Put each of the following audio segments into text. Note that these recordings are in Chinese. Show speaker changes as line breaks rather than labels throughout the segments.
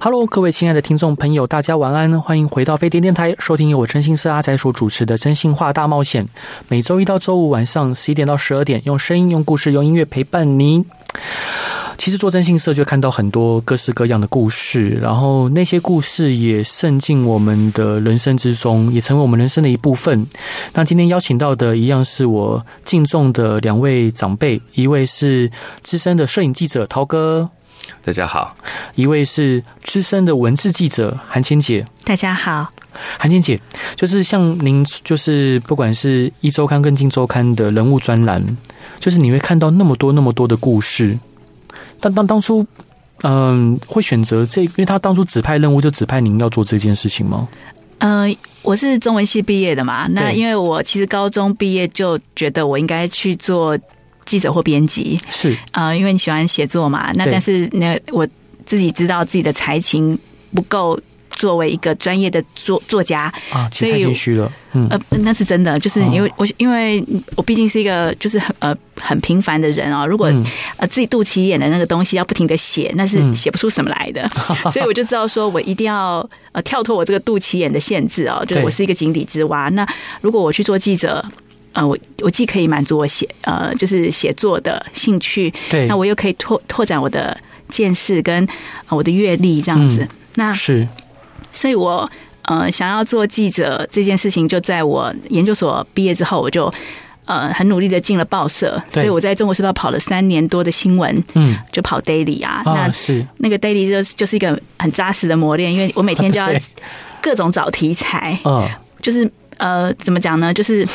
Hello，各位亲爱的听众朋友，大家晚安，欢迎回到飞碟电台，收听由我真心社阿仔所主持的《真心话大冒险》，每周一到周五晚上十一点到十二点，用声音、用故事、用音乐陪伴您。其实做真心社就会看到很多各式各样的故事，然后那些故事也渗进我们的人生之中，也成为我们人生的一部分。那今天邀请到的一样是我敬重的两位长辈，一位是资深的摄影记者陶哥，
大家好，
一位是资深的文字记者韩千姐。
大家好，
韩千姐，就是像您，就是不管是一周刊跟金周刊的人物专栏，就是你会看到那么多那么多的故事。但当当初，嗯，会选择这，因为他当初指派任务就指派您要做这件事情吗？
嗯、我是中文系毕业的嘛，那
对
因为我其实高中毕业就觉得我应该去做记者或编辑，
是
呃，因为你喜欢写作嘛，那
对
但是那我自己知道自己的才情不够。作为一个专业的作作家，
啊，其实太
所以
谦虚了，嗯，
呃，那是真的，
哦
就是因为我、因为我毕竟是一个就是很呃很平凡的人哦，如果、
嗯
呃自己肚脐眼的那个东西要不停的写，那是
嗯
写不出什么 来的，所以我就知道说我一定要呃跳脱我这个肚脐眼的限制哦，就是
对
我是一个井底之蛙。那如果我去做记者，呃，我我既可以满足我写呃就是写作的兴趣，
对，
那我又可以拓拓展我的见识跟、呃我的阅历这样子。
嗯
那
是
所以我呃想要做记者这件事情，就在我研究所毕业之后，我就呃很努力的进了报社，
对
所以我在中国时报跑了三年多的新闻，
嗯
就跑 daily 啊，
啊
那
是
那个 daily 就是就是一个很扎实的磨练，因为我每天就要
对
各种找题材，
啊
就是呃怎么讲呢，就是。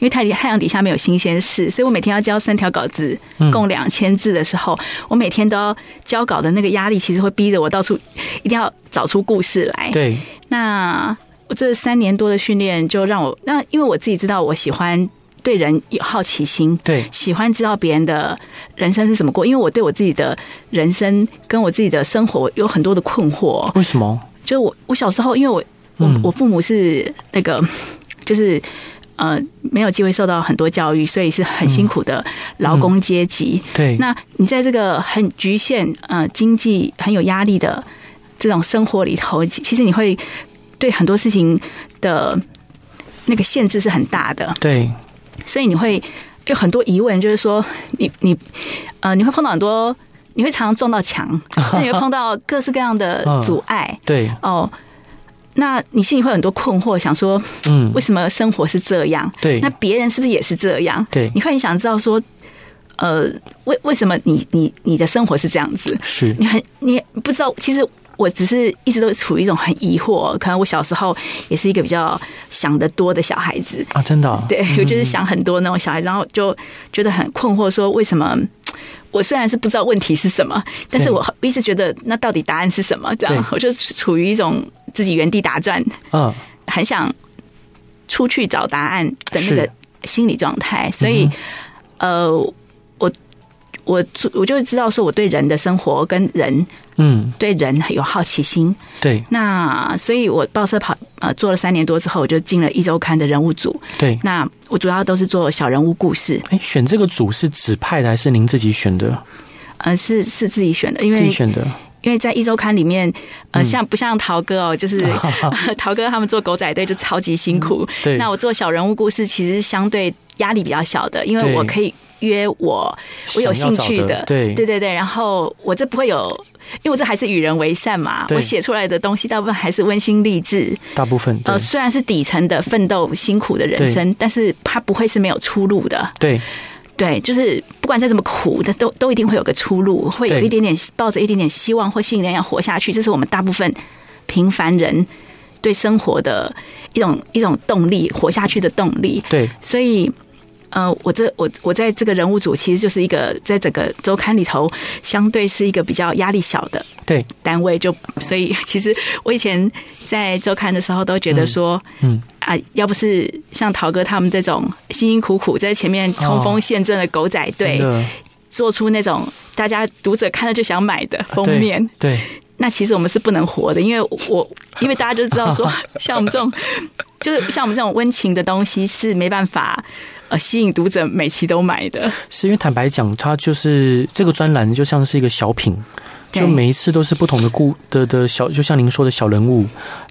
因为太阳太阳底下没有新鲜事，所以我每天要交三条稿子，
嗯
共两千字的时候，我每天都要交稿的那个压力，其实会逼着我到处一定要找出故事来。
对
那我这三年多的训练，就让我那因为我自己知道我喜欢对人有好奇心，
对
喜欢知道别人的人生是怎么过，因为我对我自己的人生跟我自己的生活有很多的困惑。
为什么
就我我小时候，因为我我
嗯
我父母是那个就是。呃，没有机会受到很多教育，所以是
嗯
很辛苦的劳工阶级。
对
那你在这个很局限、呃经济很有压力的这种生活里头，其其实你会对很多事情的那个限制是很大的，
对
所以你会有很多疑问，就是说你你呃你会碰到很多，你会常常撞到墙，那你会碰到各式各样的
嗯
阻碍
对
哦。那你心里会有很多困惑，想说
嗯
为什么生活是这样？
对
那别人是不是也是这样？
对
你会很想知道说，呃，为为什么你你你的生活是这样子？
是
你很你不知道，其实我只是一直都处于一种很疑惑。可能我小时候也是一个比较想得多的小孩子，
啊真的啊
对我就是想很多那种小孩，然后就觉得很困惑，说为什么？我虽然是不知道问题是什么，但是
对
我一直觉得那到底答案是什么？这样
对
我就处于一种自己原地打转，
嗯
很想出去找答案的那
是
个
嗯
心理状态，所以、呃，我我我就知道说我对人的生活跟人
嗯
对人有好奇心，
对
那所以我报社跑呃做了三年多之后，我就进了一周刊的人物组，
对。
那我主要都是做小人物故事，
哎，选这个组是指派的还是您自己选的？
呃是是自己选的，因
自己
为
选的
因为在一周刊里面，
嗯
呃，像不像陶哥哦，就是 陶哥他们做狗仔队就超级辛苦。
对
那我做小人物故事其实相对压力比较小的，因为我
对
可以约我我有兴趣
想要找的对
对对对，然后我这不会有，因为我这还是与人为善嘛，
对
我写出来的东西大部分还是温馨励志。
大部分对
呃，虽然是底层的奋斗辛苦的人生，但是它不会是没有出路的。
对
对，就是不管再怎么苦，但都都一定会有个出路，会有
对
一点点抱着一点点希望或信念要活下去，这是我们大部分平凡人对生活的一种一种动力，活下去的动力。
对
所以，呃，我这我我在这个人物组其实就是一个在整个周刊里头相对是一个比较压力小的
对，
单位就，所以其实我以前在周刊的时候都觉得说，
嗯
啊，要不是像陶哥他们这种辛辛苦苦在前面冲锋陷阵的狗仔队，
哦真的啊
做出那种大家读者看了就想买的封面，
啊对对
那其实我们是不能活的，因为我因为大家就知道 说，像我们这种就是像我们这种温情的东西是没办法呃吸引读者每期都买 的，
是因为坦白讲，它就是这个专栏就像是一个小品，
对
就每一次都是不同的故的的小，就像您说的小人物，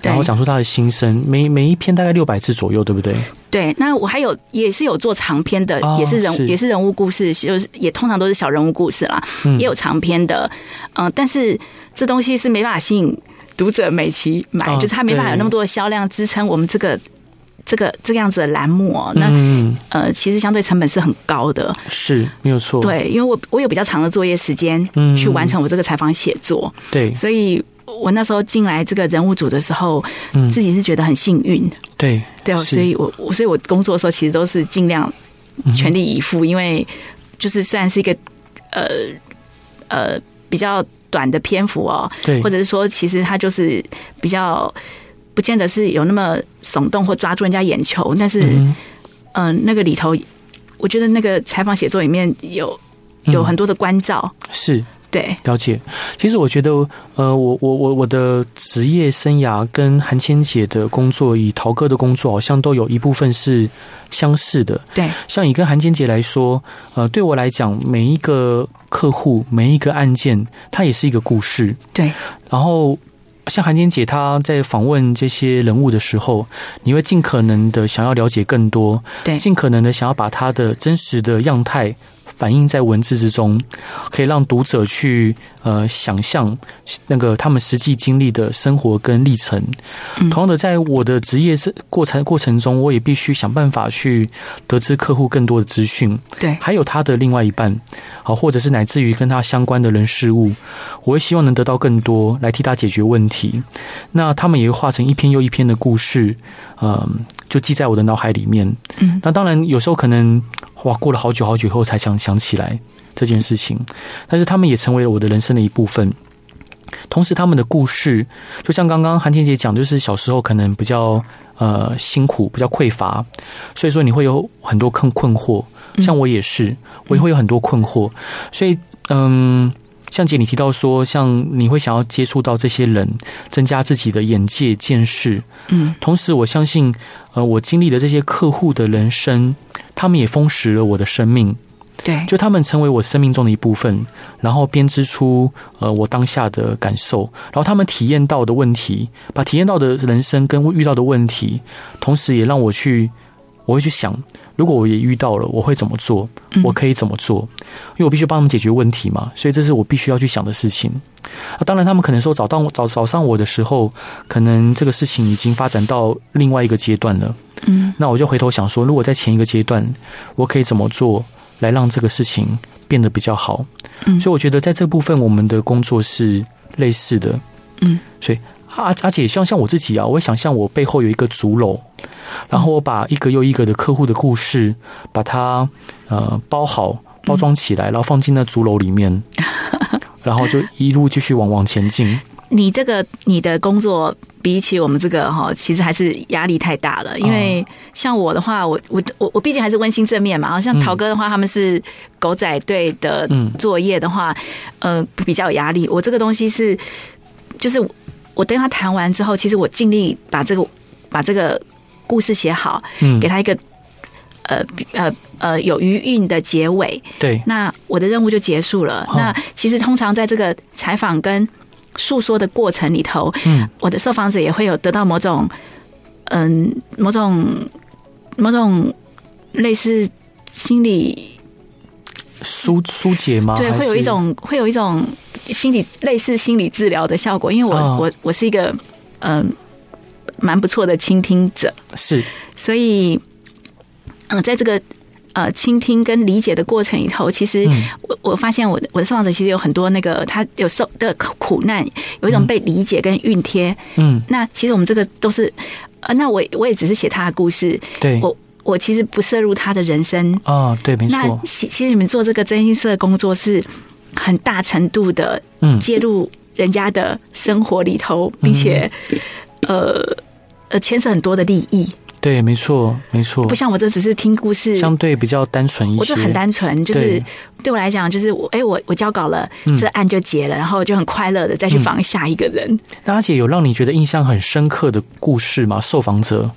对
然后讲述他的心声，每每一篇大概六百字左右，对不对？
对，那我还有也是有做长篇的，
哦
也是人
是
也是人物故事，就是也通常都是小人物故事啦，
嗯
也有长篇的，嗯、但是这东西是没办法吸引读者每期买，
哦
就是它没办法
对
有那么多的销量支撑我们这个这个这个样子的栏目哦、那、
嗯，
呃，其实相对成本是很高的，
是没有错，
对，因为我我有比较长的作业时间
哦嗯
去完成我这个采访写作，
对
所以我那时候进来这个人物组的时候，
嗯
自己是觉得很幸运，
对
对哦，
是
所以我我所以我工作的时候其实都是尽量
嗯
全力以赴，因为就是虽然是一个呃呃比较短的篇幅哦，
对，
或者是说其实它就是比较不见得是有那么耸动或抓住人家眼球，但是
嗯
嗯、呃那个里头，我觉得那个采访写作里面有有
嗯
很多的关照，
是
对
了解。其实我觉得，呃，我我我我的职业生涯跟韩千姐的工作，以陶哥的工作，好像都有一部分是相似的。
对
像以跟韩千姐来说，呃，对我来讲，每一个客户、每一个案件，它也是一个故事。
对
然后，像韩千姐她在访问这些人物的时候，你会尽可能的想要了解更多，
对
尽可能的想要把她的真实的样态反映在文字之中，可以让读者去呃想象那个他们实际经历的生活跟历程。
嗯
同样的，在我的职业这过程过程中，我也必须想办法去得知客户更多的资讯，
对
还有他的另外一半，好，或者是乃至于跟他相关的人事物，我会希望能得到更多来替他解决问题。那他们也会化成一篇又一篇的故事，嗯，就记在我的脑海里面。
嗯
那当然，有时候可能哇，过了好久好久以后才想想起来这件事情，但是他们也成为了我的人生的一部分。同时，他们的故事，就像刚刚韩倩姐讲，就是小时候可能比较呃辛苦，比较匮乏，所以说你会有很多困困惑。
嗯
像我也是，我也会有很多困惑。所以，嗯，像姐你提到说，像你会想要接触到这些人，增加自己的眼界见识。
嗯
同时，我相信，呃，我经历的这些客户的人生，他们也丰实了我的生命，
对
就他们成为我生命中的一部分，然后编织出呃我当下的感受，然后他们体验到的问题，把体验到的人生跟遇到的问题，同时也让我去，我会去想，如果我也遇到了，我会怎么做，
嗯
我可以怎么做，因为我必须帮他们解决问题嘛，所以这是我必须要去想的事情。啊，当然，他们可能说找到我找找上我的时候，可能这个事情已经发展到另外一个阶段了。
嗯
那我就回头想说，如果在前一个阶段，我可以怎么做来让这个事情变得比较好？
嗯
所以我觉得在这部分，我们的工作是类似的。
嗯，
所以阿阿姐像像我自己啊，我会想象我背后有一个竹篓，然后我把一个又一个的客户的故事，把它呃包好、包装起来，然后放进那竹篓里 面，然后就一路继续往往前进。
你这个你的工作比起我们这个哈，其实还是压力太大了。因为像我的话，我我我我毕竟还是温馨正面嘛。然后像陶哥的话，他们是狗仔队的
嗯
作业的话，呃，比较有压力。我这个东西是，就是我跟他谈完之后，其实我尽力把这个把这个故事写好，
嗯
给，他一个呃呃呃有余韵的结尾。
对，
那我的任务就结束了。
哦
那其实通常在这个采访跟诉说的过程里头，
嗯，
我的受访者也会有得到某种，嗯，某种某种类似心理，
疏疏解吗？
对，
啊还
会有一
是
种会有一种心理类似心理治疗的效果，因为我、
哦
我我是一个嗯蛮不错的倾听者，
是
所以嗯、呃在这个。呃，倾听跟理解的过程里头，其实
嗯
我我发现我的我的受访者其实有很多那个他有受的苦难，有一种被理解跟熨贴，
嗯，
那其实我们这个都是，呃，那我也我也只是写他的故事，
对，
我我其实不涉入他的人生。
啊，对，没
那
错，
其其实你们做这个真心社的工作是很大程度的
嗯
介入人家的生活里头，并且呃呃牵涉很多的利益，
对，没错，没错
不，像我这只是听故事。
哦相对比较单纯一
我
些，
就很单纯，就是
对嗯
对我来讲，就是我哎、我我交稿了，这案就结了，然后就很快乐的再去访下一个人。
那阿姐有让你觉得印象很深刻的故事吗？受访者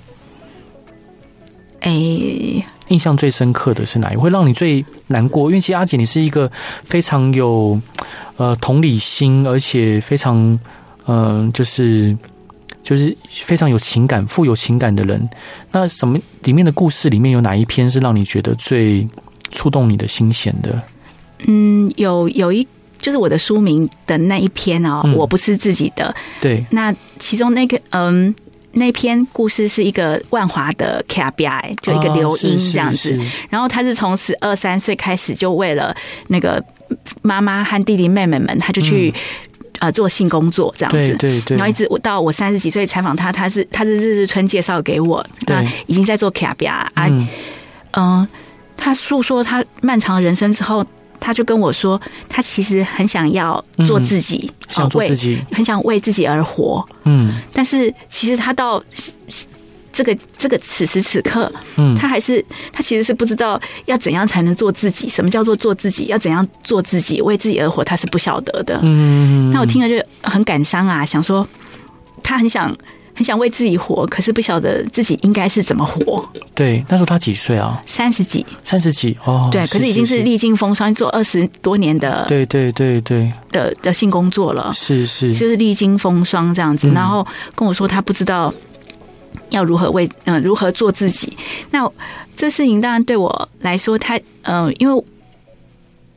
哎、
印象最深刻的是哪一位？会让你最难过？因为其实阿姐你是一个非常有呃同理心，而且非常嗯、呃就是就是非常有情感、富有情感的人。那什么里面的故事里面有哪一篇是让你觉得最触动你的心弦的？
嗯，有有一就是我的书名的那一篇哦，
嗯
我不是自己的。
对，
那其中那个嗯。那篇故事是一个万华的 KBI，就一个留
啊
音
是
这样子。
是是
然后他是从十二三岁开始，就为了那个妈妈和弟弟妹妹们，他就去、呃做性工作这样
嗯对
子。
对对，
然后一直我到我三十几岁采访他，他是他是日日春介绍给我，
对
那已经在做 KBI 啊，
嗯
嗯，他诉说他漫长的人生之后，他就跟我说，他其实很想要做自己，啊
嗯想做自，己，
为很想为自己而活。
嗯
但是其实他到这个这个此时此刻，
嗯，
他还是他其实是不知道要怎样才能做自己，什么叫做做自己，要怎样做自己，为自己而活，他是不晓得的。
嗯，
那我听了就很感伤啊，想说他很想很想为自己活，可是不晓得自己应该是怎么活，
对，那时候他几岁啊？
三十几。
三十几哦，
对，可是已经是历经风霜，做二十多年的
对对对对，
的的性工作了，
是是，
就是历经风霜这样子。
嗯
然后跟我说他不知道要如何为嗯、如何做自己。那这事情当然对我来说，他嗯、呃因为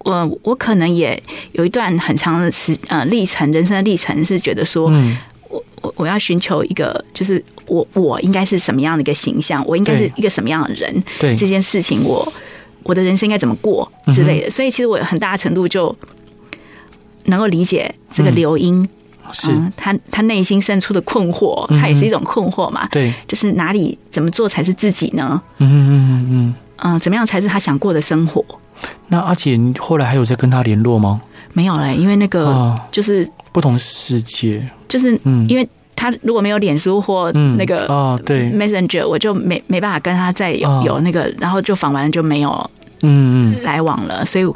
我我可能也有一段很长的时呃历程，人生的历程是觉得说，
嗯，
我我要寻求一个，就是我我应该是什么样的一个形象，我应该是
对
一个什么样的人，
对，
这件事情我我的人生应该怎么过
嗯
之类的。所以其实我有很大程度就能够理解这个
嗯
刘英，
是，
他他内心深处的困惑，
嗯哼
他也是一种困惑嘛，
对，
就是哪里怎么做才是自己呢？
嗯嗯嗯嗯。
嗯、怎么样才是他想过的生活？
那阿姐，你后来还有在跟他联络吗？
没有嘞，因为那
啊、
个、就是
不同世界，
就是
嗯，
因为他如果没有脸书或
嗯
那个。
啊，对，
Messenger，我就没没办法跟他再有、
哦
有那个，然后就访完了就没有
嗯嗯，
来往了，所以我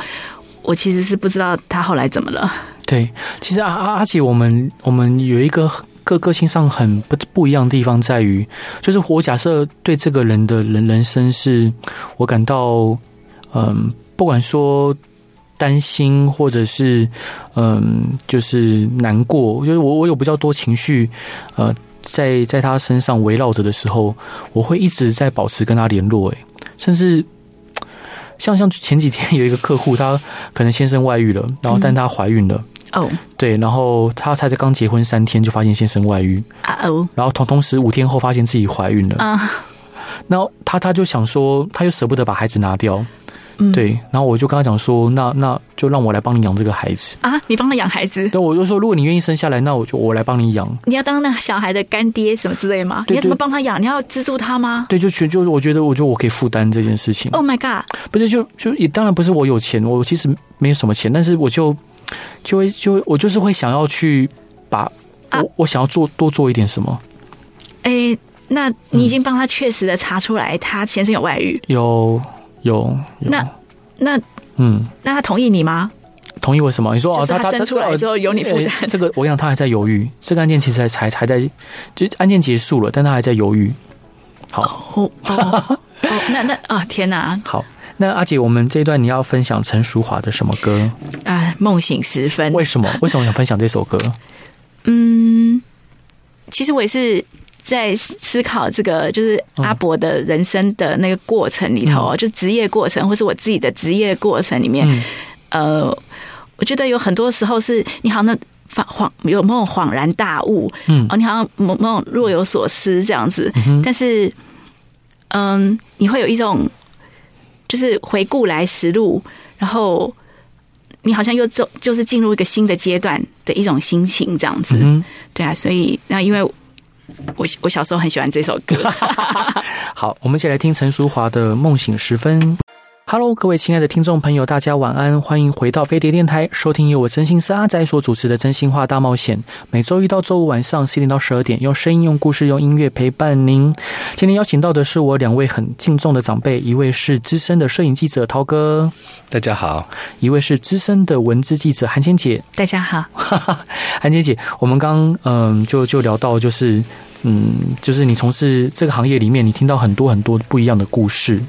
我其实是不知道他后来怎么了。
对。其实阿阿阿姐，我们我们有一个个个性上很不不一样的地方，在于就是我假设对这个人的人人生是我感到嗯，不管说担心或者是嗯，就是难过，就是我我有比较多情绪，呃，在在他身上围绕着的时候，我会一直在保持跟他联络，诶，欸甚至。像像前几天有一个客户，他可能先生外遇了，然后但她怀孕了，
哦
对，然后她才刚结婚三天就发现先生外遇，
啊哦
然后同同时五天后发现自己怀孕了，
啊，
然后她她就想说，她又舍不得把孩子拿掉，
嗯
对，然后我就跟她讲说，那那就让我来帮你养这个孩子。
啊，你帮他养孩子，
对，我就说，如果你愿意生下来，那我就我来帮你养。
你要当那小孩的干爹什么之类吗？
对
你要怎么
对
帮他养？你要资助他吗
对，就全就是我觉得，我觉得我可以负担这件事情。
？Oh my god！
不是，就就也当然不是我有钱，我其实没有什么钱，但是我就就会就会我就是会想要去把
啊
我我想要做多做一点什么。
哎，那你已经帮他确实的查出来他先生有外遇，
有有有，
那那
嗯，
那他同意你吗？
同意我什么？你说
就
哦，
是他
他
生出来之后由你负担
呃这个我想他还在犹豫，这个案件其实还还还在，就案件结束了，但他还在犹豫。好
哦哦哦， 那那啊，天哪
好，那阿姐，我们这一段你要分享陈淑华的什么歌？
啊，梦醒时分。
为什么？为什么想分享这首歌？
嗯，其实我也是在思考这个，就是阿伯的人生的那个过程里头，就职业过程，或是我自己的职业过程里面，
嗯
呃，我觉得有很多时候是你好像发恍有某种恍然大悟，
嗯
哦，你好像某某种若有所思这样子，
哼
但是，嗯，你会有一种就是回顾来时路，然后你好像又就就是进入一个新的阶段的一种心情这样子，
嗯，
对啊，所以那因为我我小时候很喜欢这首歌，
好，我们一起来听陈淑华的《梦醒时分》。Hello，各位亲爱的听众朋友，大家晚安，欢迎回到飞碟电台，收听由我真心是阿仔所主持的《真心话大冒险》，每周一到周五晚上十点到十二点，用声音、用故事、用音乐陪伴您。今天邀请到的是我两位很敬重的长辈，一位是资深的摄影记者涛哥，
大家好，
一位是资深的文字记者韩千姐。
大家好，
韩姐姐，我们刚嗯就就聊到就是嗯就是你从事这个行业里面，你听到很多很多不一样的故事。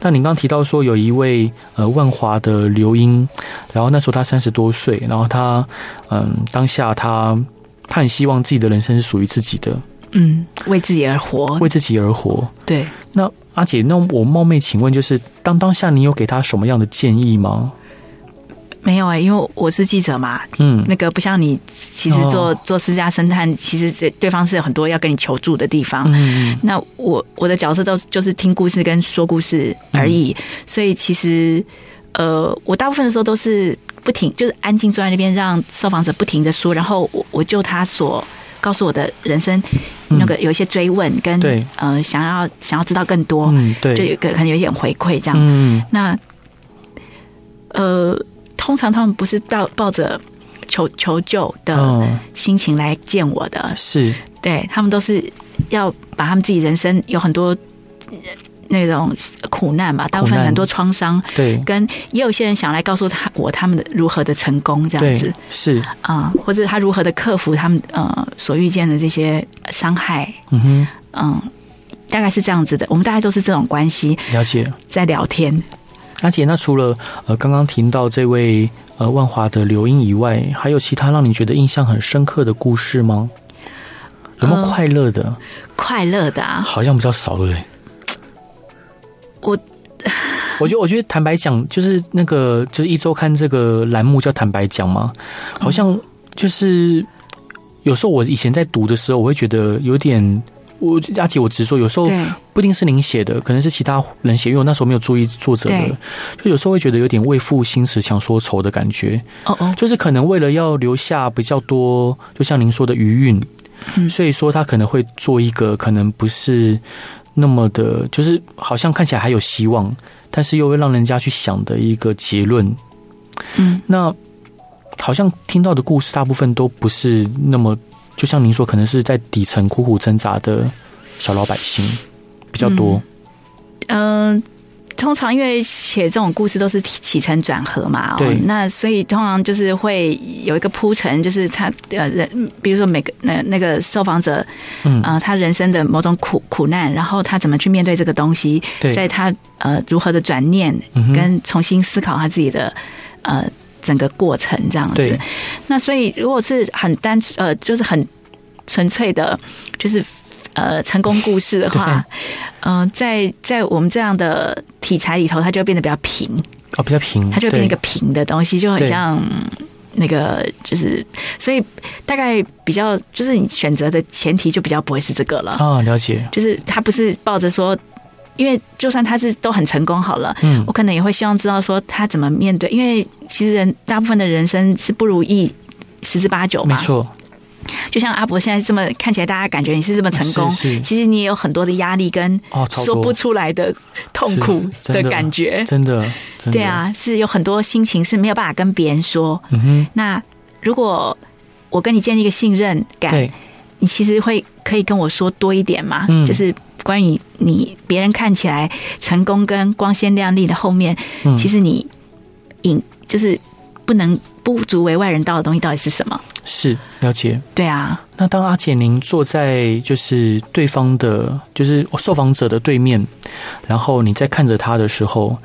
那你刚提到说有一位呃万华的刘英，然后那时候她三十多岁，然后她嗯当下她她很希望自己的人生是属于自己的，
嗯，为自己而活，
为自己而活。
对，
那阿姐，那我冒昧请问，就是当当下你有给她什么样的建议吗？
没有哎、因为我是记者嘛，
嗯
那个不像你，其实做、做私家侦探，其实这对方是有很多要跟你求助的地方。
嗯
那我我的角色都就是听故事跟说故事而已，
嗯
所以其实呃，我大部分的时候都是不停，就是安静坐在那边，让受访者不停的说，然后我我就他所告诉我的人生
嗯
那个有一些追问跟、
对
呃想要想要知道更多，
嗯，
就
对，
有个可能有一点回馈这样。
嗯
那呃，通常他们不是抱抱着求求救的
嗯
心情来见我的，
是
对他们都是要把他们自己人生有很多呃那种苦难吧，大部分
苦难
很多创伤，
对
跟也有些人想来告诉他我他们的如何的成功这样
对
子
是
啊、或者他如何的克服他们呃所遇见的这些伤害，
嗯哼
嗯。大概是这样子的，我们大概都是这种关系
了解。
在聊天。
阿姐，那除了呃刚刚听到这位呃万华的刘英以外，还有其他让你觉得印象很深刻的故事吗？有没有
呃
快乐的？
快乐的啊，
好像比较少对不对？
我觉得，我觉得坦白讲，就是那个就是一周刊这个栏目叫坦白讲嘛，好像就是有时候我以前在读的时候，我会觉得有点。我阿姐，我直说，有时候
对，
不一定是您写的，可能是其他人写，因为我那时候没有注意作者的
对，
就有时候会觉得有点为赋新词强说愁的感觉。
哦哦，
就是可能为了要留下比较多，就像您说的余韵，
嗯
所以说他可能会做一个可能不是那么的，就是好像看起来还有希望，但是又会让人家去想的一个结论。
嗯，
那好像听到的故事大部分都不是那么，就像您说，可能是在底层苦苦挣扎的小老百姓比较多。
嗯、通常因为写这种故事都是起起承转合嘛，
对
哦，那所以通常就是会有一个铺陈，就是他呃人，比如说每个那那个受访者，
嗯
呃，他人生的某种苦苦难，然后他怎么去面对这个东西，
对
在他呃如何的转念
嗯哼
跟重新思考他自己的呃整个过程这样子
对。
那所以如果是很单呃就是很纯粹的，就是呃成功故事 的话，嗯、在在我们这样的题材里头，它就会变得比较平，
哦，比较平，
它就会变成一个
对
平的东西，就很像。那个就是，所以大概比较就是你选择的前提就比较不会是这个了，
啊，了解，
就是他不是抱着说，因为就算他是都很成功好了，
嗯
我可能也会希望知道说他怎么面对，因为其实人大部分的人生是不如意十之八九
没
嘛。
错，
就像阿伯现在这么看起来，大家感觉你是这么成功，
是是
其实你也有很多的压力跟
哦，超
说
多
不，出来的痛苦
是真的
感觉。
真的，真的，
对，啊，是有很多心情是没有办法跟别人说。
嗯哼。
那如果我跟你建立一个信任感，
对，
你其实会可以跟我说多一点嘛，
嗯
就是关于你别人看起来成功跟光鲜亮丽的后面，
嗯
其实你隐就是不能不足为外人道的东西到底是什么？
是了解。
对啊，
那当阿姐您坐在就是对方的，就是受访者的对面，然后你在看着他的时候，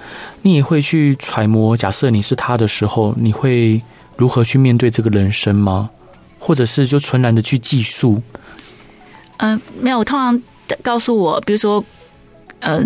你也会去揣摩，假设你是他的时候，你会如何去面对这个人生吗？或者是就纯然的去记述？
嗯、没有，通常告诉我，比如说，呃，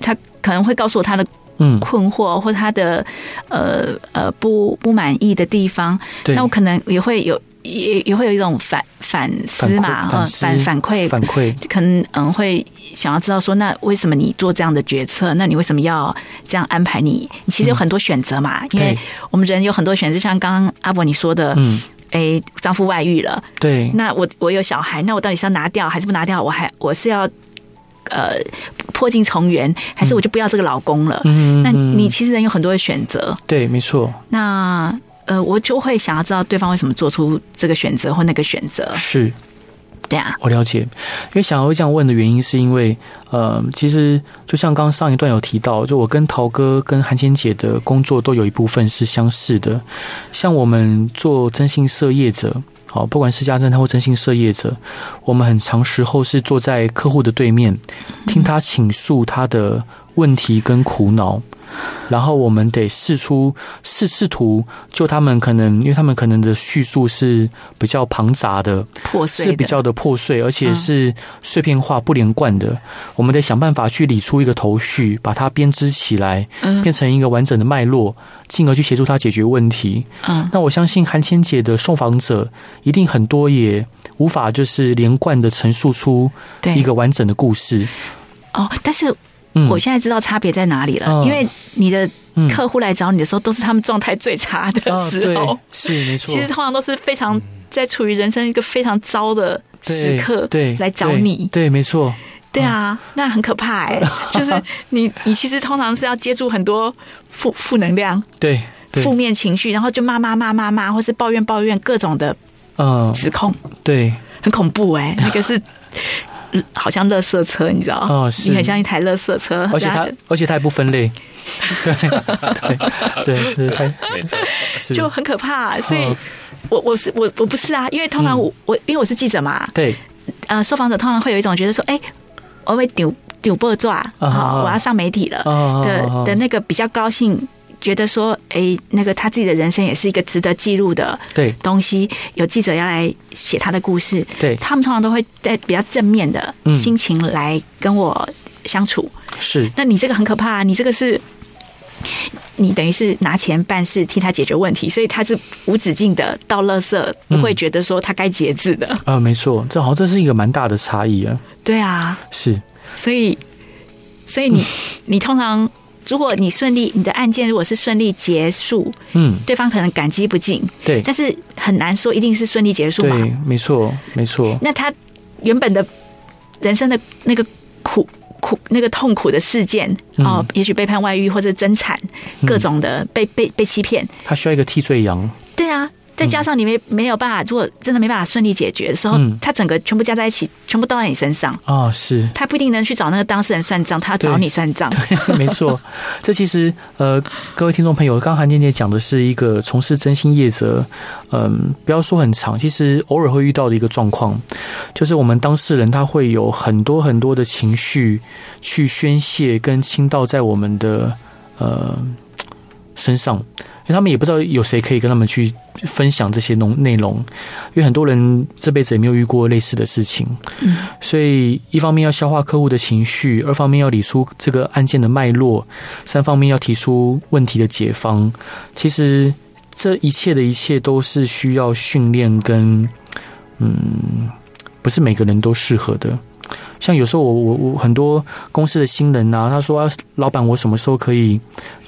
他可能会告诉我他的
嗯，
困惑或他的呃呃不不满意的地方，
对
那我，可能也会有也也会有一种反反思嘛，
反馈
呃
反
反
思
反馈。
反馈，
可能嗯会想要知道说，那为什么你做这样的决策？那你为什么要这样安排你？你其实有很多选择嘛，因为
嗯对
我们人有很多选择，就像刚刚阿伯你说的，
嗯，
诶，丈夫外遇了，
对，
那我我有小孩，那我到底是要拿掉还是不拿掉？我还我是要呃破镜重圆，还是我就不要这个老公了？
嗯，
那
嗯
你其实人有很多的选择，
对，没错，
那呃，我就会想要知道对方为什么做出这个选择或那个选择，
是。
对啊，
我了解，因为想要会这样问的原因，是因为呃，其实就像刚刚上一段有提到，就我跟陶哥跟韩千姐的工作都有一部分是相似的，像我们做征信社业者。好，不管是家政摊或征信社业者，我们很长时候是坐在客户的对面，听他倾诉他的问题跟苦恼，然后我们得试出试试图就他们可能，因为他们可能的叙述是比较庞杂的，
破碎的嗯
是比较的破碎，而且是碎片化、不连贯的。我们得想办法去理出一个头绪，把它编织起来，
嗯
变成一个完整的脉络，进而去协助他解决问题。
嗯
那我相信韩千姐的受访者一定很多也无法就是连贯的陈述出
对
一个完整的故事。
哦，但是
嗯
我现在知道差别在哪里了，
嗯
因为你的
嗯
客户来找你的时候，都是他们状态最差的
啊，
时候，
对，是没错嗯
其，实通常都是非常在处于人生一个非常糟的时
对
刻，
对
来找
对
你，
对，嗯没错，
对啊，那很可怕 哎、就是你你其实通常是要接住很多负负能量、
对对，
负面情绪，然后就骂骂骂骂骂，或是抱怨抱怨各种的
嗯，
指控，
对，
很恐怖 哎、那个是。嗯好像垃圾车，你知道？
哦是
你很像一台垃圾车，啊
而且
然后
他
就
而且他也不分类，对 对对，是太
没错，
是
就很可怕。所以
嗯
我，我是我我不是啊，因为通常我、我因为我是记者嘛，
对
呃，受访者通常会有一种觉得说，哎、我被丢丢报纸啊，
啊
好，我要上媒体了
啊
的的那个比较高兴，觉得说，哎、那个他自己的人生也是一个值得记录的
对
东西，有记者要来写他的故事，
对
他们通常都会在比较正面的
嗯
心情来跟我相处。
是
那你这个很可怕、啊你这个是。你等于是拿钱办事，替他解决问题，所以他是无止境的倒垃圾，不
嗯
会觉得说他该节制的。
啊、没错，这好像这是一个蛮大的差异啊，
对啊，
是
所以，所 以你你通常，如果你顺利，你的案件如果是顺利结束，
嗯
对方可能感激不尽，
对
但是很难说一定是顺利结束
对
嘛。，
没错没错，
那他原本的人生的那个苦苦那个痛苦的事件
嗯
哦，也许背叛、外遇或者争产，各种的被被被欺骗，
他需要一个替罪羊，
对啊。再加上你没没有办法，如果真的没办法顺利解决的时候，
嗯
他整个全部加在一起，全部都在你身上，
啊、是。
他不一定能去找那个当事人算账，他要找
对
你算账。
没错，这其实呃，各位听众朋友，刚刚韩姐姐讲的是一个从事征信业者，嗯、不要说很长，其实偶尔会遇到的一个状况，就是我们当事人他会有很多很多的情绪去宣泄跟倾倒在我们的呃身上，因为他们也不知道有谁可以跟他们去分享这些农内容，因为很多人这辈子也没有遇过类似的事情，
嗯
所以一方面要消化客户的情绪，二方面要理出这个案件的脉络，三方面要提出问题的解方。其实这一切的一切都是需要训练跟，嗯，不是每个人都适合的。像有时候我我我很多公司的新人啊，他说、啊、老板我什么时候可以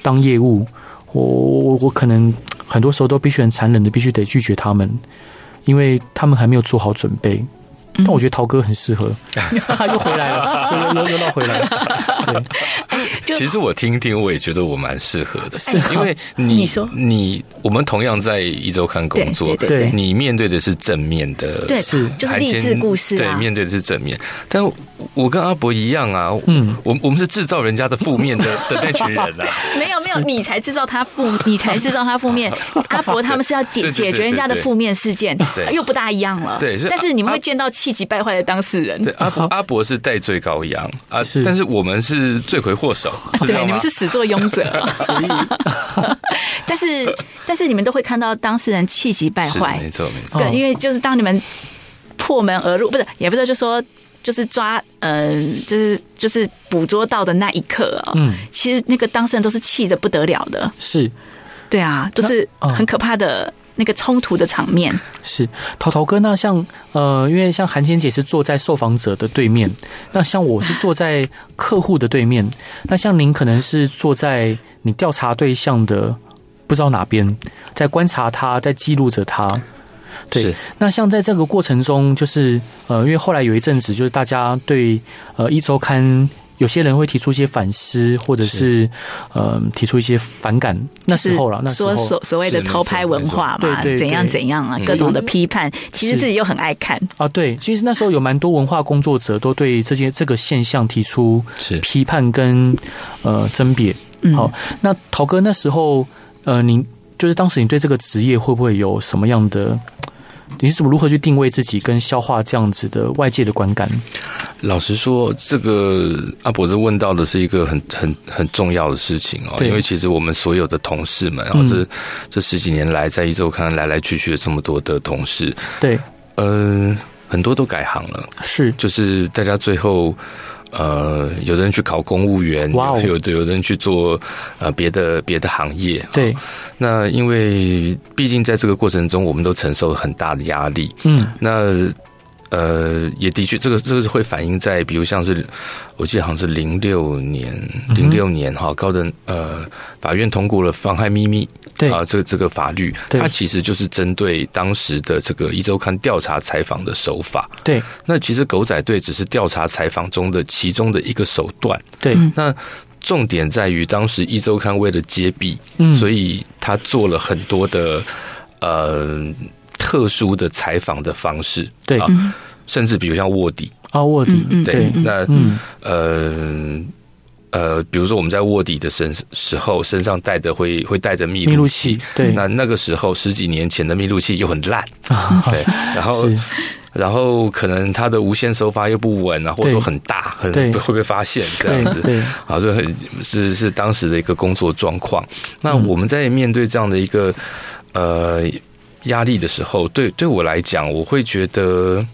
当业务？我我我我可能很多时候都必须很残忍的必须得拒绝他们，因为他们还没有做好准备。
嗯
但我觉得陶哥很适合，嗯 他又回来了， 又又又又绕回来了。
就
其实我听一听，我也觉得我蛮适合的，
是
因为你
哎你说
你我们同样在一周刊工作，
对
对对
你面对的是正面的，
对，
是
就是
还
励
先
志故事啊
对，， 面对的是正面。但我跟阿伯一样啊，
嗯
嗯，我我们是制造人家的负面 的的那群人啊，
没有没有，你才制造他负， 你才制造他 负面。阿伯他们是要
对
解
对对
解决人家的负面事件
对，
又不大一样了。
对是
但是你们
阿
会见到气急败坏的当事人
对，，阿伯阿伯是戴罪羔羊啊，
是
但是我们是罪魁祸首，是这
啊对，
样
你
吗
们？是始作俑者。 但是但是你们都会看到当事人气急败
是
坏
没，错没错，
哦
对，因为就是当你们破门而入，不是也不是就说。就是抓，嗯、就是就是捕捉到的那一刻哦，
嗯
其实那个当事人都是气的不得了的，
是
对啊，就是
那嗯
很可怕的那个冲突的场面。
是，陶陶哥，那像呃，因为像韩千姐是坐在受访者的对面，那像我是坐在客户的对面，那像您可能是坐在你调查对象的不知道哪边，在观察他，在记录着他。对
是，
那像在这个过程中，就是呃，因为后来有一阵子，就是大家对呃一周刊。有些人会提出一些反思，或者是，呃，提出一些反感。那时候了，那时
说
候
所所谓的
是没
偷拍
错
文
没错
化嘛，
对对
怎样
对
怎样啊，
嗯
各种的批判，其实
是
自己又很爱看，
啊，对，其实那时候有蛮多文化工作者都对这些这个现象提出
是
批判跟呃甄别。
嗯，
好，那陶哥那时候，呃，你就是当时你对这个职业会不会有什么样的？你是怎么如何去定位自己跟消化这样子的外界的观感？
老实说，这个阿伯这问到的是一个很很很重要的事情哦，
对
因为其实我们所有的同事们，然后
嗯
这、这十几年来在一周刊来来去去的这么多的同事，
对，
呃，很多都改行了，
是
就是大家最后。呃，有的人去考公务员，
哇哦
有的有的人去做呃别的别的行业。
对，
那因为毕竟在这个过程中，我们都承受了很大的压力，
嗯，
那呃，也的确，这个这个是会反映在，比如像是我记得好像是零六年，
嗯哼
零六年哈，高等呃法院通过了妨害秘密
对，
啊，这个这个法律，
对
它其实就是针对当时的这个一周刊调查采访的手法。
对，
那其实狗仔队只是调查采访中的其中的一个手段，
对，
嗯
那重点在于当时一周刊为了揭弊，
嗯，
所
以
以他做了很多的呃特殊的采访的方式，
对
啊甚至比如像卧底，
啊，卧底
嗯，嗯
对
嗯，嗯
那
嗯，
呃呃，比如说我们在卧底的身时候，身上带的会会带着密
密录
录
器，对，
那那个时候十几年前的密录器又很烂，对，然后
啊是，
然后可能它的无线手法又不稳啊，或者
对
说很大，很
对
会被发现这
对
样子，
对，
啊，这很是是当时的一个工作状况。那
嗯
我们在面对这样的一个呃压力的时候，对对我来讲，我会觉得，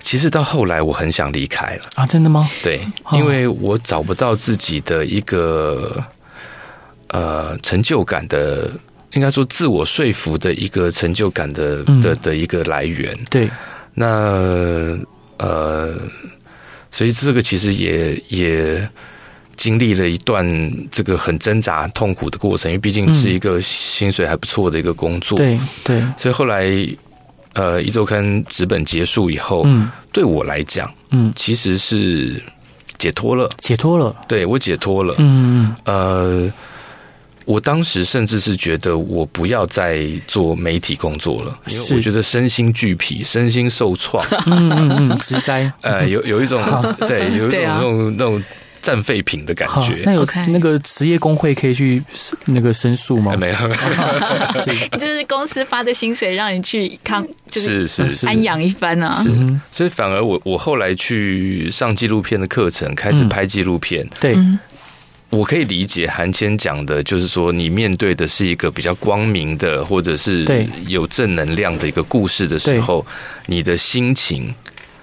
其实到后来我很想离开了，
啊，真的吗？
对，
哦
因为我找不到自己的一个呃成就感的。应该说，自我说服的一个成就感的
嗯
的的一个来源。
对，
那呃，所以这个其实也也经历了一段这个很挣扎、痛苦的过程，因为毕竟是一个薪水还不错的一个工作。，
嗯对，对，
所以后来呃，一周刊纸本结束以后，
嗯
对我来讲
嗯，
其实是解脱了，
解脱了，
对我解脱了。
嗯嗯
呃，我当时甚至是觉得我不要再做媒体工作了，因为
是
我觉得身心俱疲，身心受创。
嗯嗯嗯，直栽。
呃，有有一种对，有一种
对啊
那种那种占废品的感
好，
觉
那。有
OK
那个职业工会可以去那个申诉吗
哎？没有，没有
哦 是，
就是公司发的薪水让你去康，就是
是是
是
是，
安养一番啊。
嗯，
所以反而我我后来去上纪录片的课程，开始
嗯
拍纪录片，
对，
嗯，
我可以理解韩谦讲的，就是说你面对的是一个比较光明的，或者是
对
有正能量的一个故事的时候，你的心情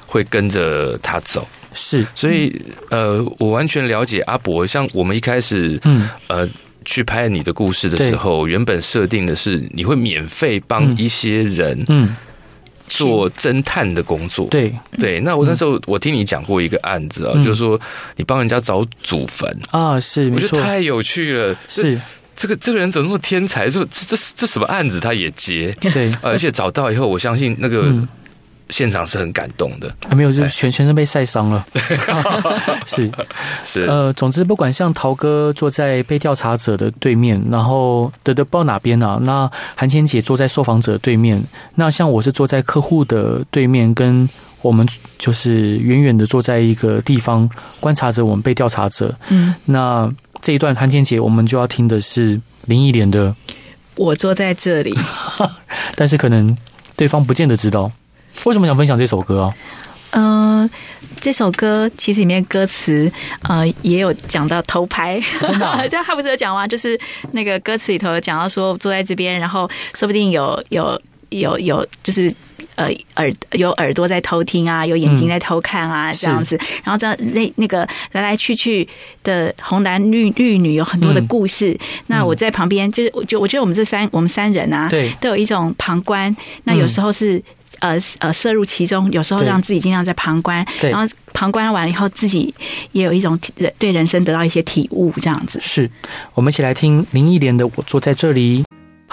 会跟着他走。
是，
所以呃，我完全了解阿伯，像我们一开始
嗯，
呃去拍你的故事的时候，原本设定的是你会免费帮
嗯
一些人
嗯，
做侦探的工作。
对，
对，那我那时候我听你讲过一个案子啊，
嗯
就是说你帮人家找祖坟。
啊，是，
我
没
觉
错
得，太有趣了，这
是，
这个这个人怎么那么天才？这这这这什么案子他也 接，
对，
而且找到以后，我相信那个
嗯，
现场是很感动的。
还没有，就
哎
全全身被晒伤了，是，
是，
呃，总之不管像陶哥坐在被调查者的对面，然后的的不知道哪边啊，那韩千姐坐在受访者对面，那像我是坐在客户的对面，跟我们就是远远的坐在一个地方观察着我们被调查者。
嗯，
那这一段韩千姐，我们就要听的是林忆莲的，
我坐在 这里，
但是可能对方不见得知道。为什么想分享这首歌啊？
嗯、这首歌其实里面歌词，呃，也有讲到偷拍，
真的 啊
这样他不是有讲吗？就是那个歌词里头有讲到说坐在这边，然后说不定有有有有，就是呃耳有耳朵在偷听啊，有眼睛在偷看啊，
是
这样子。然后这样那那个来来去去的红男绿绿女有很多的
嗯
故事。那我在旁边，就是我就我觉得我们这三我们三人啊，
对
都有一种旁观。那有时候是。呃呃，摄入其中，有时候
对
让自己尽量在旁观，
对
然后旁观完以后，自己也有一种体人对人生得到一些体悟，这样子。
是我们一起来听林忆莲的《我坐在这里》。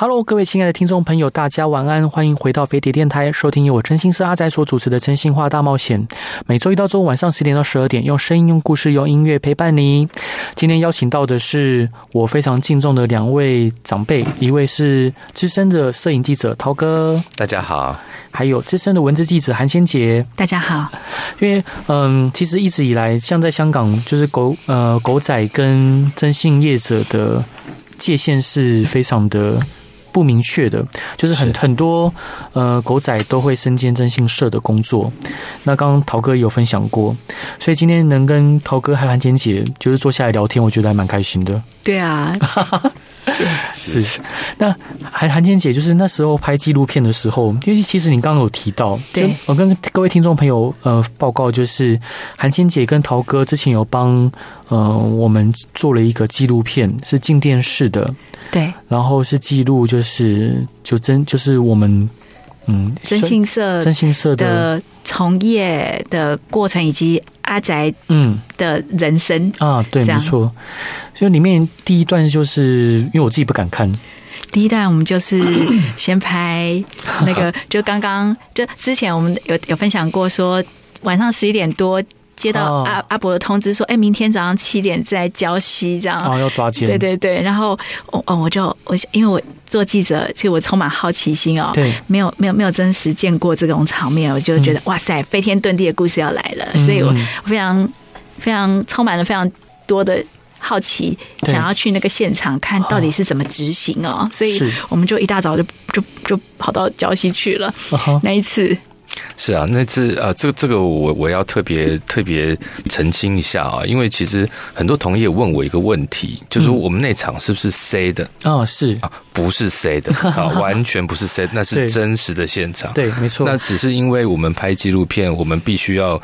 Hello，各位亲爱的听众朋友，大家晚安，欢迎回到飞碟电台，收听由我真心是阿仔所主持的《真心话大冒险》，每周一到周五晚上十点到十二点，用声音、用故事、用音乐陪伴你。今天邀请到的是我非常敬重的两位长辈，一位是资深的摄影记者涛哥，
大家好，
还有资深的文字记者韩先杰。
大家好，
因为嗯，其实一直以来，像在香港，就是狗呃狗仔跟征信业者的界限是非常的不明确的，就是很
是
很多呃狗仔都会身兼征信社的工作。那刚刚陶哥也有分享过，所以今天能跟陶哥还有韩简姐就是坐下来聊天，我觉得还蛮开心的。
对啊，
是，那韩韩倩姐，就是那时候拍纪录片的时候，因为其实你刚刚有提到，
对
就我跟各位听众朋友呃报告，就是韩倩姐跟陶哥之前有帮呃我们做了一个纪录片，是进电视的，
对，
然后是记录就是就真就是我们嗯
征信社
真心社的
的从业的过程以及阿宅
嗯
的人生，
啊对
这
没
样
错，所以里面第一段就是因为我自己不敢看，
第一段我们就是 先拍那 个，就刚刚就之前我们有有分享过说，晚上十一点多接到
哦
阿、阿伯的通知说，哎、明天早上七点在礁溪这样。
然后要抓奸，
啊对对对，然后哦哦，我就我因为我做记者，其实我充满好奇心哦，
对
没有没有没有真实见过这种场面，我就觉得、哇塞，飞天遁地的故事要来了，
嗯
所以我
嗯
非常非常充满了非常多的好奇，
对
想要去那个现场看到底是怎么执行哦，所以
是
我们就一大早就就就跑到礁溪去了。
啊哈
那一次，
是啊，那次啊、呃这个这个我我要特别特别澄清一下啊，因为其实很多同业问我一个问题，就
嗯
是说我们那场是不是 C 的、
啊是
啊？不是 C 的啊，完全不是 C，
对
那是真实的现场。
对没错
那只是因为我们拍纪录片，我们必须要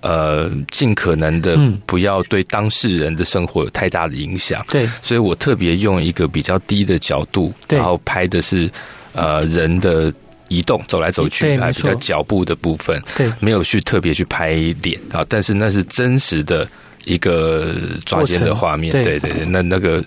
呃尽可能的
嗯
不要对当事人的生活有太大的影响，
对
所以我特别用一个比较低的角度，
对
然后拍的是呃人的移动走来走去
对，
还
没
比较
错
脚步的部分，
对
没有去特别去拍脸啊，但是那是真实的。一个抓奸的画面，
过程
对
对
对对，那那个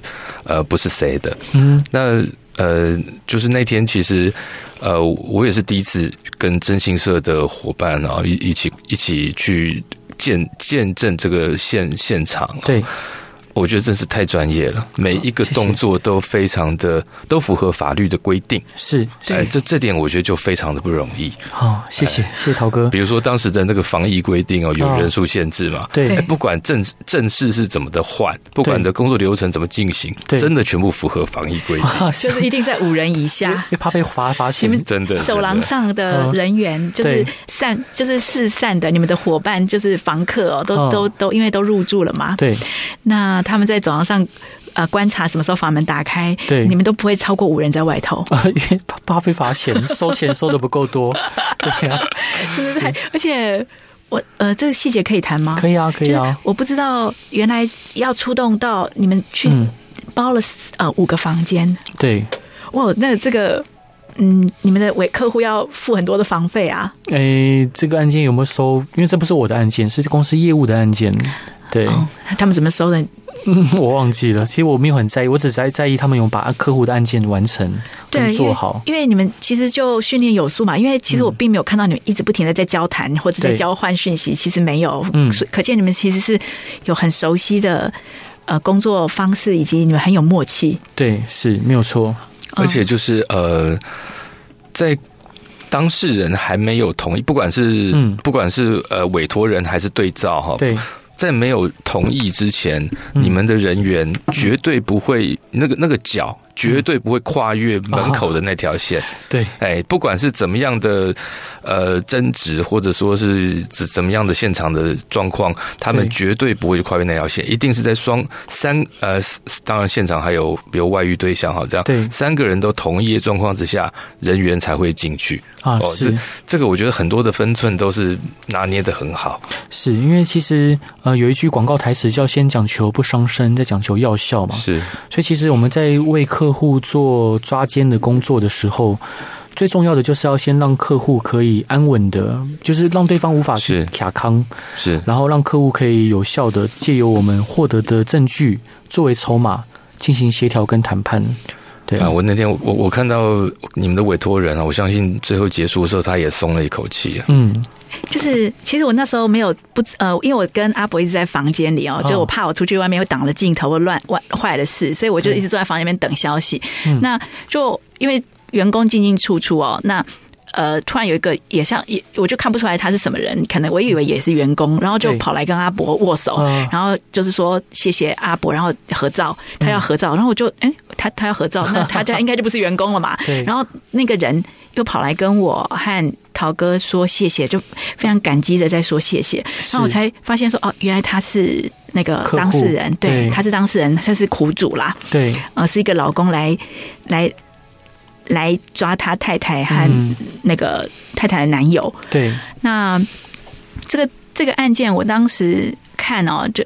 呃不是谁的，
嗯
那呃，就是那天其实呃，我也是第一次跟征信社的伙伴啊一一起一起去见见证这个现现场，啊
对
我觉得真是太专业了，每一个
哦谢谢
动作都非常的都符合法律的规定，
是
哎，这这点我觉得就非常的不容易。
好，谢谢，
哎
谢谢陶 哥。
比如说当时的那个防疫规定哦，有
哦
人数限制嘛，
对
哎不管正正式是怎么的换，不管
对
你的工作流程怎么进行，
对
真的全部符合防疫 规定，
啊，是
就
因
是一定在五人 以下。
为怕被罚罚钱。
真的。
走
真
廊
的
上的
嗯
人员就是
对
散，就是四散的，你们的伙伴就是房客哦，都
嗯
都都因为都入住了嘛。
对
那他们在走廊上呃观察什么时候房门打开，
对，
你们都不会超过五人在外头
啊，因为怕怕被罚钱，收钱收的不够多。 对啊，
真 的太，而且我呃这个细节可以谈吗？
可
以
以啊，可以啊。
我不知道原来要出动到你们去
嗯
包了四呃五个房间，
对，
哇，那这个嗯你们的为客户要付很多的房费啊，
诶，这个案件有没有收？因为这不是我的案件，是公司业务的案件。对，
哦，他们怎么收的？
嗯， 我忘记了。其实我没有很在意，我只在在意他们有把客户的案件完成跟
对，
做好。嗯
因为。因为你们其实就训练有素嘛，因为其实我并没有看到你们一直不停的在交谈或者在
对
交换讯息，其实没有，
嗯
所以可见你们其实是有很熟悉的呃工作方式，以及你们很有默契。
对，是没有错。
嗯
而且就是呃，在当事人还没有同意，不管是、
嗯
不管是呃委托人还是对照哈，
对，
在没有同意之前，
嗯
你们的人员绝对不会那个那个脚绝对不会跨越门口的那条线。
对，
哎，不管是怎么样的呃争执，或者说是怎怎么样的现场的状况，他们
对
绝对不会跨越那条线，一定是在双三呃，当然现场还有比如外遇对象哈，这样
对
三个人都同意的状况之下，人员才会进去。
啊，是
这。这个我觉得很多的分寸都是拿捏的很好。
是因为其实呃有一句广告台词叫“先讲求不伤身，再讲求药效”嘛，
是
所以其实我们在为客户做抓奸的工作的时候，最重要的就是要先让客户可以安稳的，就是让对方无法去
是
卡康，
是
然后让客户可以有效的借由我们获得的证据作为筹码进行协调跟谈判。对
啊，我那天我我我看到你们的委托人啊，我相信最后结束的时候他也松了一口气啊。
嗯
就是其实我那时候没有不呃，因为我跟阿伯一直在房间里哦，
哦
就我怕我出去外面会挡了镜头或乱坏坏了事，所以我就一直坐在房间里面等消息。那就因为员工进进出出哦，那。呃，突然有一个也像也，我就看不出来他是什么人，可能我以为也是员工，然后就
对
跑来跟阿伯握手，
哦
然后就是说谢谢阿伯，然后合照，他
嗯
要合照，然后我就哎、他他要合照，那 他就应该就不是员工了嘛，
对
然后那个人又跑来跟我和陶哥说谢谢，就非常感激的在说谢谢。然后我才发现说，哦，原来他是那个
客户
当事人，对，
对
他是当事人，他是苦主啦，
对，
呃，是一个老公来来来抓他太太和
嗯
那个太太的男友。
对，
那这个这个案件，我当时看哦，就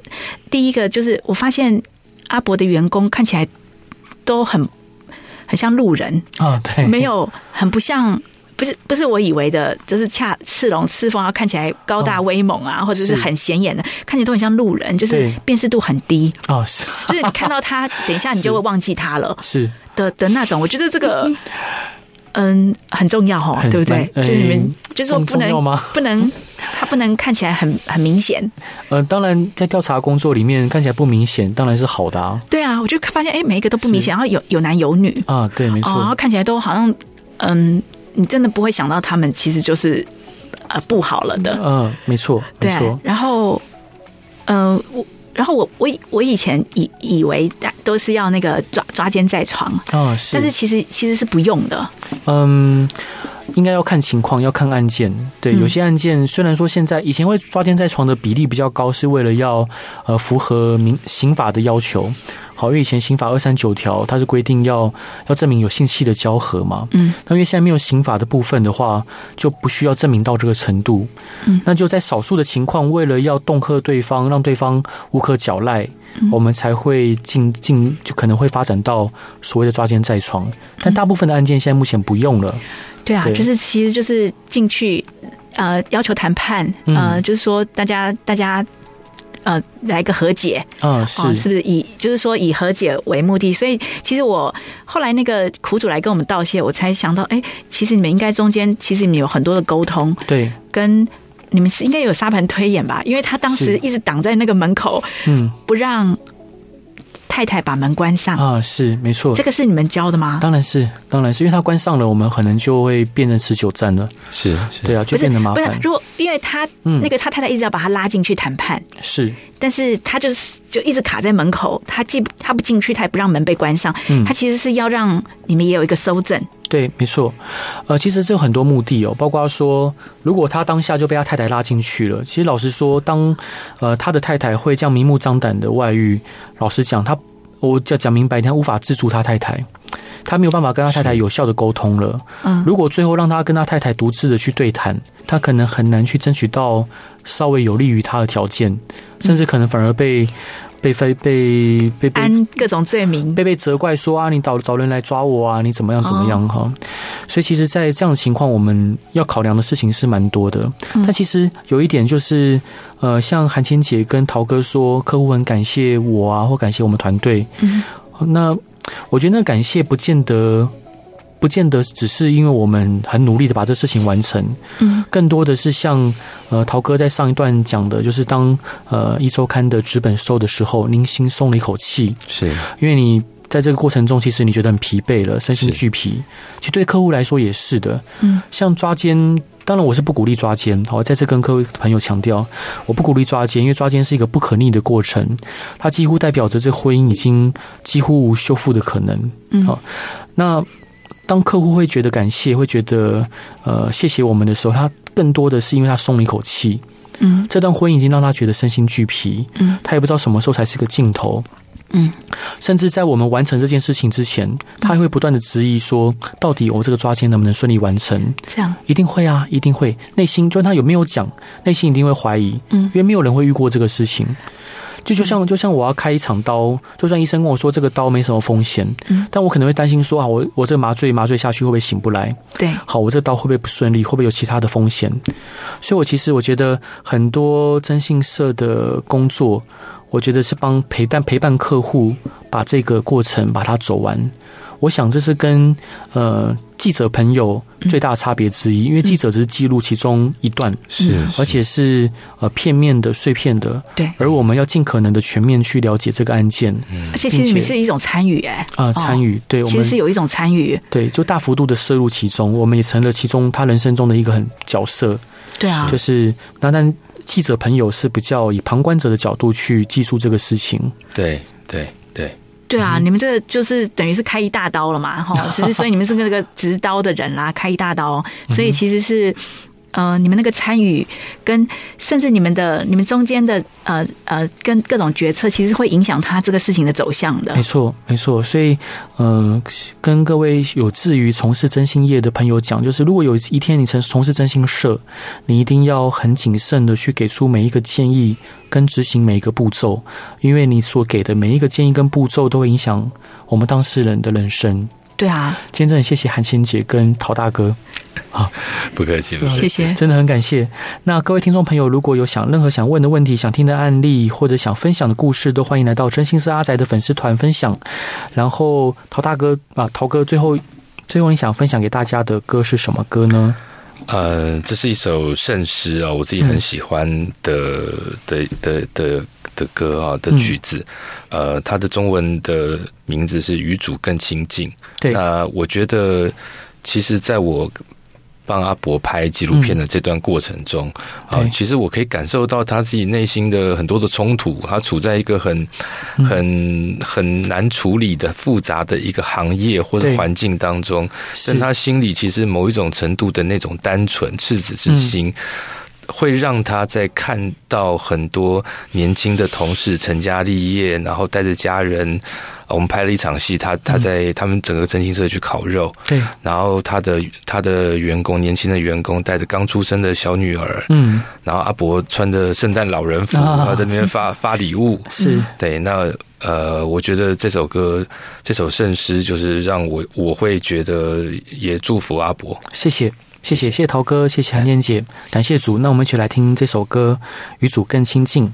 第一个就是我发现阿伯的员工看起来都很很像路人，
啊对，
没有，很不像，不是不是我以为的，就是恰赤龙赤凤，然啊后看起来高大威猛啊，或者是
是
很显眼的，看起来都很像路人，就是
对
辨识度很低，
哦是
就是你看到他，等一下你就会忘记他了
是
的的那种。我觉得这 个，嗯，很重要哦，
很
对不对？
蛮
就是你们，
哎
就是说不
重重要
能
吗
不能，他不能看起来很很明显。
呃，当然在调查工作里面看起来不明显，当然是好的啊，
对啊，我就发现哎，每一个都不明显，然后有有男有女，
啊对，没
哦，然后
错，
看起来都好像，嗯，你真的不会想到他们其实就是呃不好了的，
嗯没错没
对啊
错，
然后，呃，我然后我我以我以前以以为大都是要那个抓抓奸在床，
啊
但是其实其实是不用的，
嗯，应该要看情况，要看案件。对，
嗯
有些案件虽然说现在以前会抓奸在床的比例比较高，是为了要呃符合民刑法的要求。好，因为以前刑法二三九条它是规定要要证明有性器的交合嘛。
嗯。
那因为现在没有刑法的部分的话，就不需要证明到这个程度。
嗯
那就在少数的情况，为了要恫吓对方，让对方无可狡赖，
嗯
我们才会进进就可能会发展到所谓的抓奸在床。
嗯
但大部分的案件现在目前不用了。
对啊，
对
就是其实就是进去，呃，要求谈判，呃，
嗯
就是说大家大家。呃，来个和解
啊，是，
哦，是不是以就是说以和解为目的？所以其实我后来那个苦主来跟我们道谢，我才想到，哎，其实你们应该中间其实你们有很多的沟通，
对，
跟你们是应该有沙盘推演吧？因为他当时
是
一直挡在那个门口，
嗯，
不让太太把门关上。
啊，是，没错
这，个是你们教的吗？
当然是，当然是，因为它关上了，我们可能就会变成持久战了，
是是，
对啊，就
不是，
变得麻
不是
烦，，
如果因为他、
嗯
那个他太太一直要把他拉进去谈判，
是，
但是他就是就一直卡在门口，他既他不进去，他也不让门被关上，
嗯
他其实是要让你们也有一个收证。
对，没错，呃，其实这有很多目的哦，包括说，如果他当下就被他太太拉进去了，其实老实说，当呃他的太太会这样明目张胆的外遇，老实讲，他我讲讲明白一点，他无法制住他太太，他没有办法跟他太太有效的沟通了。
嗯，
如果最后让他跟他太太独自的去对谈，他可能很难去争取到稍微有利于他的条件，甚至可能反而被被非被被被
安各种罪名。
被被责怪说啊，你找找人来抓我啊，你怎么样怎么
哦
样哈、所以其实，在这样的情况，我们要考量的事情是蛮多的。
嗯
但其实有一点就是，呃，像韩千姐跟陶哥说，客户很感谢我啊，或感谢我们团队。
嗯
哦那我觉得那感谢不见得，不见得只是因为我们很努力的把这事情完成，
嗯
更多的是像呃陶哥在上一段讲的，就是当呃一周刊的纸本收的时候，您心松了一口气，
是
因为你。在这个过程中，其实你觉得很疲惫了，身心
是
俱疲。其实对客户来说也是的，
嗯，
像抓奸，当然我是不鼓励抓奸，好，再次跟各位朋友强调，我不鼓励抓奸，因为抓奸是一个不可逆的过程，它几乎代表着这婚姻已经几乎无修复的可能。
嗯
好那当客户会觉得感谢，会觉得呃谢谢我们的时候，他更多的是因为他松了一口气，
嗯
这段婚姻已经让他觉得身心俱疲，
嗯
他也不知道什么时候才是个尽头。
嗯
甚至在我们完成这件事情之前，他还会不断的质疑说，到底我这个抓奸能不能顺利完成？
这样
一定会啊，一定会。内心就算他有没有讲，内心一定会怀疑，
嗯
因为没有人会遇过这个事情。就就像就像我要开一场刀，就算医生跟我说这个刀没什么风险，
嗯
但我可能会担心说啊，我我这个麻醉麻醉下去会不会醒不来？
对，
好，我这刀会不会不顺利？会不会有其他的风险？所以我其实我觉得很多征信社的工作，我觉得是帮陪伴陪伴客户把这个过程把它走完。我想这是跟呃记者朋友最大的差别之一，因为记者只是记录其中一段，
嗯
是，
而且是呃片面的、碎片的，
对，
而我们要尽可能的全面去了解这个案件
而且其实你们是一种参与、哎，
啊、参与，对我
其实
们
是有一种参与，
对就大幅度的摄入其中，我们也成了其中他人生中的一个很角色，
对啊
就，是那但记者朋友是比较以旁观者的角度去记述这个事情，
对对对，
对啊，
嗯
你们这就是等于是开一大刀了嘛，哈，所以所以你们是那个执刀的人啦，开一大
嗯
刀，所以其实是。呃，你们那个参与跟甚至你们的你们中间的呃呃跟各种决策，其实会影响他这个事情的走向的
没。错，没错。所以，嗯、跟各位有志于从事征信业的朋友讲，就是如果有一天你曾从事征信社，你一定要很谨慎的去给出每一个建议跟执行每一个步骤，因为你所给的每一个建议跟步骤都会影响我们当事人的人生。
对啊，
今天真的谢谢韩千姐跟陶大哥。
不客气，不
啊
客气
谢 谢。
真的很感谢。那各位听众朋友，如果有想任何想问的问题、想听的案例或者想分享的故事，都欢迎来到真心是阿宅的粉丝团分享。然后陶大哥啊，陶哥，最后最后你想分享给大家的歌是什么歌呢？
呃，这是一首圣诗啊、我自己很喜欢的、
嗯
的的的的歌啊、的曲子。呃，它的中文的名字是《与主更亲近》。
对，
那我觉得，其实在我帮阿伯拍纪录片的这段过程中，啊、
嗯对
其实我可以感受到他自己内心的很多的冲突，他处在一个很、
嗯
很、很难处理的复杂的一个行业或者
对
环境当中，
是
但他心里其实某一种程度的那种单纯、赤子之心。会让他在看到很多年轻的同事成家立业，然后带着家人，呃我们拍了一场戏，他他在他们整个真心社去烤肉，
对，
然后他的他的员工，年轻的员工带着刚出生的小女儿，
嗯，
然后阿伯穿着圣诞老人服，
啊
然后在那边发发礼物，
是
对，那呃，我觉得这首歌这首圣诗就是让我我会觉得也祝福阿伯，
谢谢。嗯谢谢，谢谢陶哥，谢谢韩燕姐，感谢主。那我们一起来听这首歌《与主更亲近》。